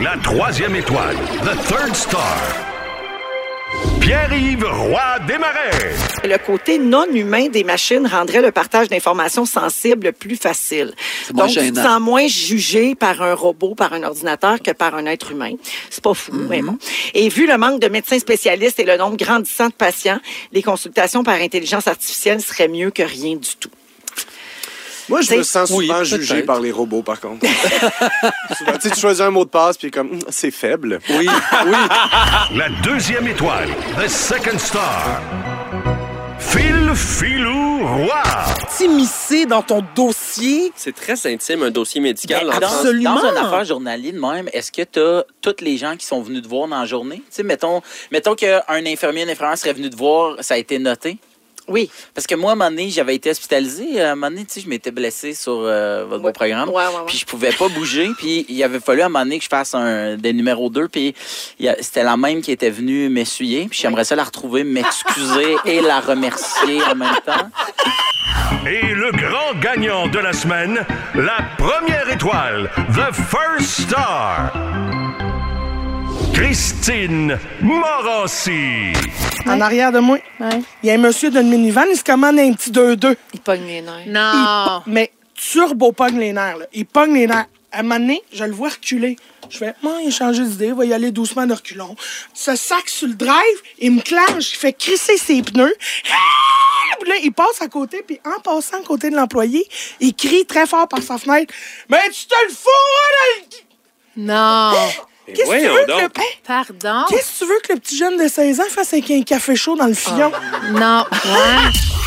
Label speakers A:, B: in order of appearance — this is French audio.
A: la troisième étoile, the third star. Pierre-Yves Roy Desmarais.
B: Le côté non humain des machines rendrait le partage d'informations sensibles plus facile.
C: C'est moins
B: Donc, tu te
C: gênant.
B: sens moins jugé par un robot, par un ordinateur que par un être humain. C'est pas
C: Mm-hmm.
B: fou, vraiment. Et vu le manque de médecins spécialistes et le nombre grandissant de patients, les consultations par intelligence artificielle seraient mieux que rien du tout.
D: Moi, je me
B: T'sais,
D: sens
C: oui,
D: souvent
C: peut-être.
D: jugé par les robots, par contre. souvent, tu sais, tu choisis un mot de passe, puis comme, Hum, c'est faible.
C: Oui, oui.
A: La deuxième étoile, the second star. Phil Filou Roy.
E: T'immiscer dans ton dossier.
F: C'est très intime, un dossier médical.
E: Ben,
F: en
E: dans-
F: France.
E: Absolument.
G: Dans une affaire journalier de même, est-ce que tu as tous les gens qui sont venus te voir dans la journée? Tu sais, mettons, mettons qu'un infirmier, une infirmière serait venu te voir, ça a été noté.
B: Oui.
G: Parce que moi, à un moment donné, j'avais été hospitalisé. À un moment donné, tu sais, je m'étais blessé sur euh, votre beau
B: Ouais.
G: programme.
B: Ouais, ouais, ouais.
G: Puis je pouvais pas bouger. Puis il avait fallu à un moment donné que je fasse un, des numéros 2. Puis il y a- c'était la même qui était venue m'essuyer. Puis j'aimerais ça la retrouver, m'excuser et la remercier en même temps.
A: Et le grand gagnant de la semaine, la première étoile, the first star. Christine Morancy.
E: En arrière de moi, il y a un monsieur d'une minivan, il se commande un petit 2-2.
B: Il pogne les nerfs.
H: Non.
E: Mais turbo pogne les nerfs, là. Il pogne les nerfs. À un moment donné, je le vois reculer. Je fais, moi, il a changé d'idée, il va y aller doucement de reculons. Ce sac sur le drive, il me clenche, il fait crisser ses pneus. Ah! Puis là, il passe à côté, puis en passant à côté de l'employé, il crie très fort par sa fenêtre Mais tu te le fous, hein, dans le- Ah!
H: Non.
E: Qu'est-ce que tu
F: voyons
E: veux que
F: donc.
E: le... Hey,
H: Pardon? Ah.
E: Qu'est-ce que tu veux que le petit jeune de 16 ans fasse avec un café chaud dans le fillon?
H: Non. Ouais.